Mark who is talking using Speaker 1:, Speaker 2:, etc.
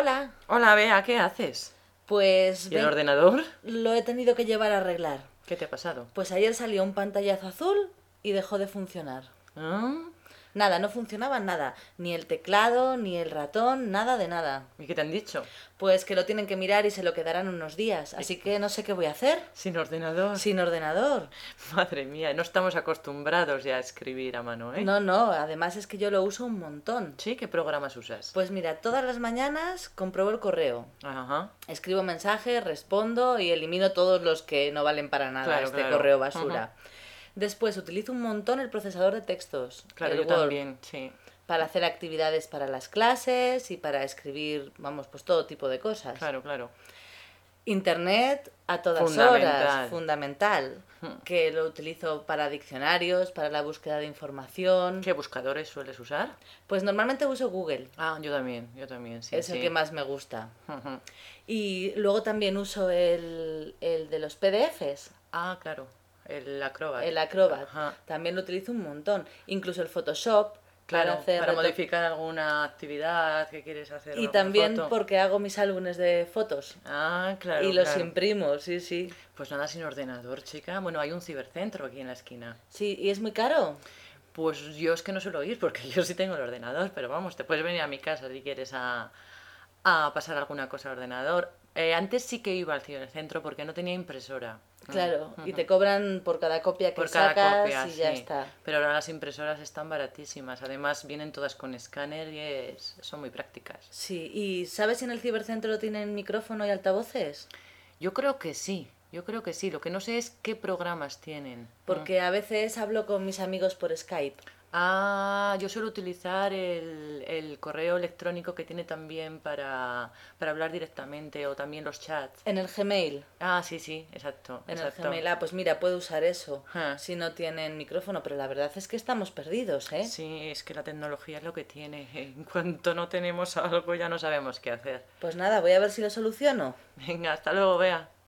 Speaker 1: Hola, Bea, ¿qué haces?
Speaker 2: Pues
Speaker 1: ¿Y el
Speaker 2: ven-
Speaker 1: ordenador?
Speaker 2: lo he tenido que llevar a arreglar.
Speaker 1: ¿Qué te ha pasado?
Speaker 2: Pues ayer salió un pantallazo azul y dejó de funcionar.
Speaker 1: ¿Ah?
Speaker 2: Nada, no funcionaba nada. Ni el teclado, ni el ratón, nada de nada.
Speaker 1: ¿Y qué te han dicho?
Speaker 2: Pues que lo tienen que mirar y se lo quedarán unos días. Así que no sé qué voy a hacer.
Speaker 1: Sin ordenador.
Speaker 2: Sin ordenador.
Speaker 1: Madre mía, no estamos acostumbrados ya a escribir a mano, ¿eh?
Speaker 2: No, no, además es que yo lo uso un montón.
Speaker 1: Sí, ¿qué programas usas?
Speaker 2: Pues mira, todas las mañanas compruebo el correo.
Speaker 1: Ajá.
Speaker 2: Escribo mensajes, respondo y elimino todos los que no valen para nada
Speaker 1: Claro,
Speaker 2: este
Speaker 1: claro.
Speaker 2: correo basura. Después utilizo un montón el procesador de textos,
Speaker 1: Claro,
Speaker 2: el
Speaker 1: yo
Speaker 2: Word,
Speaker 1: también, sí.
Speaker 2: para hacer actividades para las clases y para escribir, vamos, pues todo tipo de cosas.
Speaker 1: Claro, claro.
Speaker 2: Internet a todas
Speaker 1: Fundamental.
Speaker 2: horas, fundamental,
Speaker 1: Hmm.
Speaker 2: que lo utilizo para diccionarios, para la búsqueda de información.
Speaker 1: ¿Qué buscadores sueles usar?
Speaker 2: Pues normalmente uso Google,
Speaker 1: Ah, yo también, yo también, sí.
Speaker 2: es el
Speaker 1: sí.
Speaker 2: que más me gusta.
Speaker 1: Ujú.
Speaker 2: Y luego también uso el, el de los PDFs,
Speaker 1: Ah, claro. El Acrobat.
Speaker 2: el Acrobat.
Speaker 1: Ajá.
Speaker 2: También lo utilizo un montón. Incluso el Photoshop.
Speaker 1: Claro, para,
Speaker 2: hacer reto-
Speaker 1: modificar alguna actividad que quieres hacer.
Speaker 2: Y
Speaker 1: alguna
Speaker 2: también
Speaker 1: foto.
Speaker 2: porque hago mis álbumes de fotos.
Speaker 1: Ah, claro.
Speaker 2: y los
Speaker 1: claro.
Speaker 2: imprimo, sí, sí.
Speaker 1: Pues nada, sin ordenador, chica. Bueno, hay un cibercentro aquí en la esquina.
Speaker 2: Sí, y es muy caro.
Speaker 1: Pues yo es que no suelo ir porque yo sí tengo el ordenador, pero vamos, te puedes venir a mi casa si quieres a, a pasar alguna cosa al ordenador. Eh, antes sí que iba al cibercentro porque no tenía impresora. Mm.
Speaker 2: Claro, y te cobran por cada copia que
Speaker 1: Por cada
Speaker 2: sacas
Speaker 1: copia,
Speaker 2: y ya
Speaker 1: sí.
Speaker 2: está.
Speaker 1: Pero ahora las impresoras están baratísimas. Además, vienen todas con escáner y es- son muy prácticas.
Speaker 2: Sí, ¿y sabes si en el cibercentro tienen micrófono y altavoces?
Speaker 1: Ah. Yo creo que sí, yo creo que sí. Lo que no sé es qué programas tienen.
Speaker 2: Porque a veces hablo con mis amigos por Skype.
Speaker 1: Ah, yo suelo utilizar el, el correo electrónico que tiene también para, para hablar directamente o también los chats.
Speaker 2: En el Gmail.
Speaker 1: Ah, sí, sí, exacto.
Speaker 2: En
Speaker 1: exacto.
Speaker 2: el Gmail. Ah, pues mira, puedo usar eso
Speaker 1: Ah.
Speaker 2: si no tienen micrófono, pero la verdad es que estamos perdidos, ¿eh?
Speaker 1: Sí, es que la tecnología es lo que tiene. En cuanto no tenemos algo ya no sabemos qué hacer.
Speaker 2: Pues nada, voy a ver si lo soluciono.
Speaker 1: Venga, hasta luego, vea.